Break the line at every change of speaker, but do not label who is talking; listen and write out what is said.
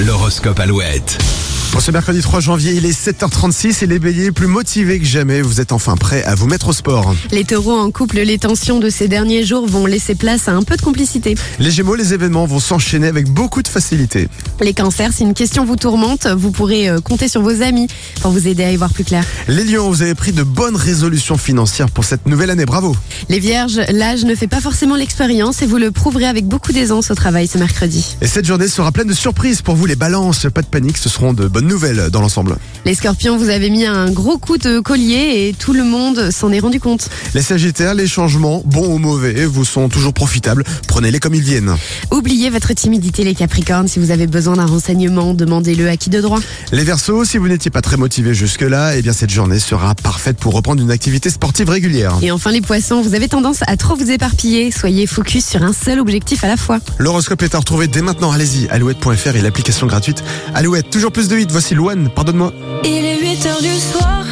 L'horoscope Alouette.
Pour ce mercredi 3 janvier, il est 7h36 et les béliers plus motivés que jamais, vous êtes enfin prêts à vous mettre au sport.
Les taureaux en couple, les tensions de ces derniers jours vont laisser place à un peu de complicité.
Les gémeaux, les événements vont s'enchaîner avec beaucoup de facilité.
Les cancers, si une question vous tourmente, vous pourrez euh, compter sur vos amis pour vous aider à y voir plus clair.
Les lions, vous avez pris de bonnes résolutions financières pour cette nouvelle année, bravo.
Les vierges, l'âge ne fait pas forcément l'expérience et vous le prouverez avec beaucoup d'aisance au travail ce mercredi.
Et cette journée sera pleine de surprises pour vous les balances, pas de panique, ce seront de bonnes nouvelles dans l'ensemble.
Les scorpions, vous avez mis un gros coup de collier et tout le monde s'en est rendu compte.
Les sagittaires, les changements, bons ou mauvais, vous sont toujours profitables, prenez-les comme ils viennent.
Oubliez votre timidité les capricornes, si vous avez besoin d'un renseignement, demandez-le à qui de droit.
Les versos, si vous n'étiez pas très motivé jusque-là, eh bien cette journée sera parfaite pour reprendre une activité sportive régulière.
Et enfin les poissons, vous avez tendance à trop vous éparpiller, soyez focus sur un seul objectif à la fois.
L'horoscope est à retrouver dès maintenant, allez-y, alouette.fr et l'application gratuite. Alouette, toujours plus de hits, voici Louane, pardonne-moi.
Il est 8 heures du soir.